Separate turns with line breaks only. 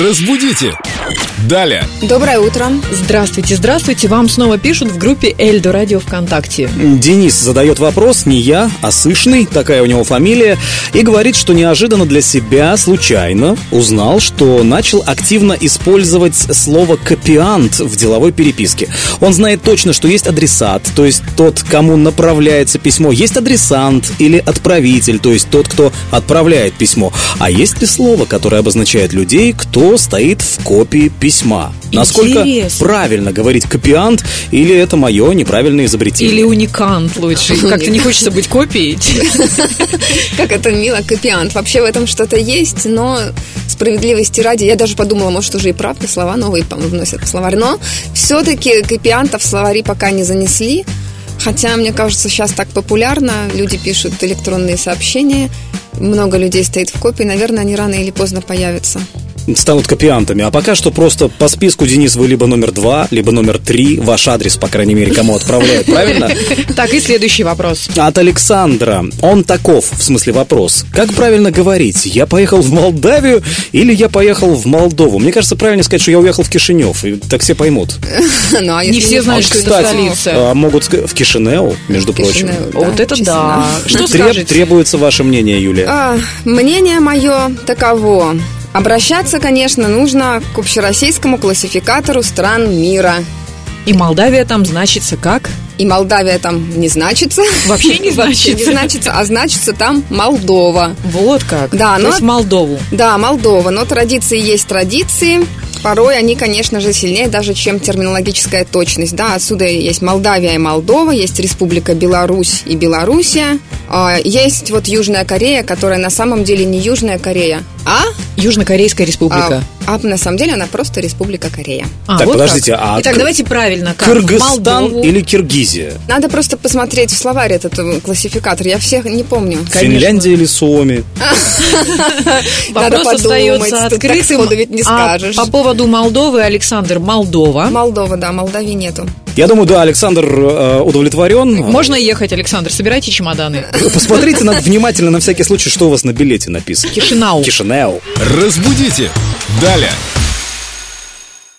Разбудите! Далее!
Доброе утро.
Здравствуйте, здравствуйте. Вам снова пишут в группе Эльдо Радио ВКонтакте.
Денис задает вопрос, не я, а Сышный, такая у него фамилия, и говорит, что неожиданно для себя, случайно, узнал, что начал активно использовать слово «копиант» в деловой переписке. Он знает точно, что есть адресат, то есть тот, кому направляется письмо, есть адресант или отправитель, то есть тот, кто отправляет письмо. А есть ли слово, которое обозначает людей, кто стоит в копии письма? Насколько
Интересно.
правильно говорить «копиант» или это мое неправильное изобретение?
Или уникант лучше. Как-то не хочется быть копией.
Как это мило, копиант. Вообще в этом что-то есть, но справедливости ради, я даже подумала, может, уже и правда слова новые, по-моему, вносят в словарь. Но все-таки копианта в словари пока не занесли. Хотя, мне кажется, сейчас так популярно, люди пишут электронные сообщения, много людей стоит в копии, наверное, они рано или поздно появятся.
станут копиантами. А пока что просто по списку, Денис, вы либо номер два, либо номер три. Ваш адрес, по крайней мере, кому отправляют, правильно?
Так, и следующий вопрос.
От Александра. Он таков, в смысле вопрос. Как правильно говорить? Я поехал в Молдавию или я поехал в Молдову? Мне кажется, правильно сказать, что я уехал в Кишинев. И так все поймут.
Ну, а
Не
если
все знают,
А,
что это
кстати,
столица.
а, могут сказать в Кишинеу, между прочим.
Кишинев, да,
Вот это да.
честно.
Что
Треб-
скажете?
Требуется ваше мнение, Юлия.
А, мнение мое таково. Обращаться, конечно, нужно к общероссийскому классификатору стран мира.
И Молдавия там значится как?
И Молдавия там не значится.
Вообще не
Вообще не
значится.
значится, а значится там Молдова.
Вот как.
Да, ну а
То
но-
есть Молдову.
Да, Молдова, но традиции есть традиции. Порой они, конечно же, сильнее даже, чем терминологическая точность. Да, отсюда есть Молдавия и Молдова, есть Республика Беларусь и Белоруссия. А, Есть вот Южная Корея, которая на самом деле не Южная Корея, а...
Южнокорейская республика.
А, а на самом деле она просто Республика Корея.
А,
Так,
вот
подождите,
как.
а
Итак,
Кыр-
давайте правильно. как?
Кыргызстан
Молдову.
или Киргизия?
Надо просто посмотреть в словарь этот э, классификатор. Я всех не помню.
Конечно.
Финляндия или Суоми?
Надо
Вопрос
подумать,
остается
так
открытым.
сходу ведь не
А
скажешь.
по поводу Молдовы, Александр, Молдова.
Молдова, да, Молдавии нету.
Я думаю, да, Александр э, удовлетворен.
Можно ехать, Александр, собирайте чемоданы.
Посмотрите на- внимательно на всякий случай, что у вас на билете написано.
Кишинау.
Кишинеу.
Разбудите! Далее!